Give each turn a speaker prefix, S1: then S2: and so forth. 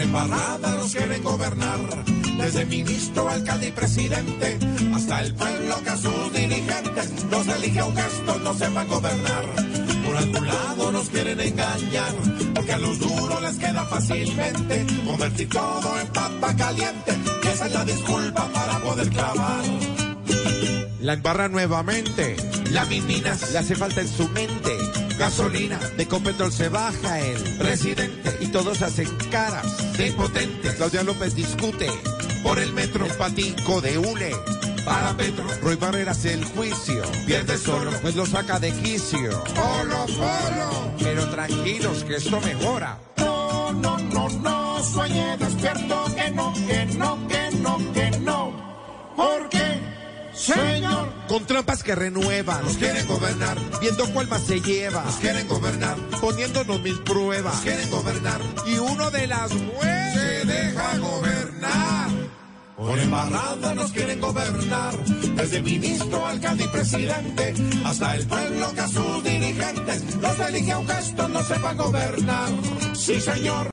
S1: embarrada nos quieren gobernar. Desde ministro, alcalde y presidente, hasta el pueblo que a sus dirigentes nos elige a un gasto, no se va a gobernar. Por algún lado nos quieren engañar, porque a los duros les queda fácilmente convertir todo en papa caliente. Y esa es la disculpa para poder clavar.
S2: La embarra nuevamente.
S1: Las minas,
S2: Le hace falta en su mente.
S1: gasolina,
S2: De Copetrol se baja él.
S1: presidente,
S2: Y todos hacen caras.
S1: de impotentes,
S2: Claudia López discute.
S1: por el metro,
S2: El patico de une.
S1: para Petro,
S2: Roy Barrera hace el juicio.
S1: pierde solo,
S2: Pues lo saca de quicio.
S1: polo, polo.
S2: Pero tranquilos que esto mejora.
S1: No, no, no, no, sueñe despierto que no, que no, que no, que no. Porque, señor,
S2: Con trampas que renuevan.
S1: nos quieren gobernar,
S2: Viendo cuál más se lleva.
S1: nos quieren gobernar,
S2: Poniéndonos mil
S1: nos
S2: pruebas.
S1: quieren gobernar,
S2: Y uno de las nueve.
S1: se deja gobernar. Por embarrada nos quieren gobernar, desde ministro, alcalde y presidente, hasta el pueblo que a sus dirigentes nos elige a un gesto, no sepa gobernar. Sí, señor.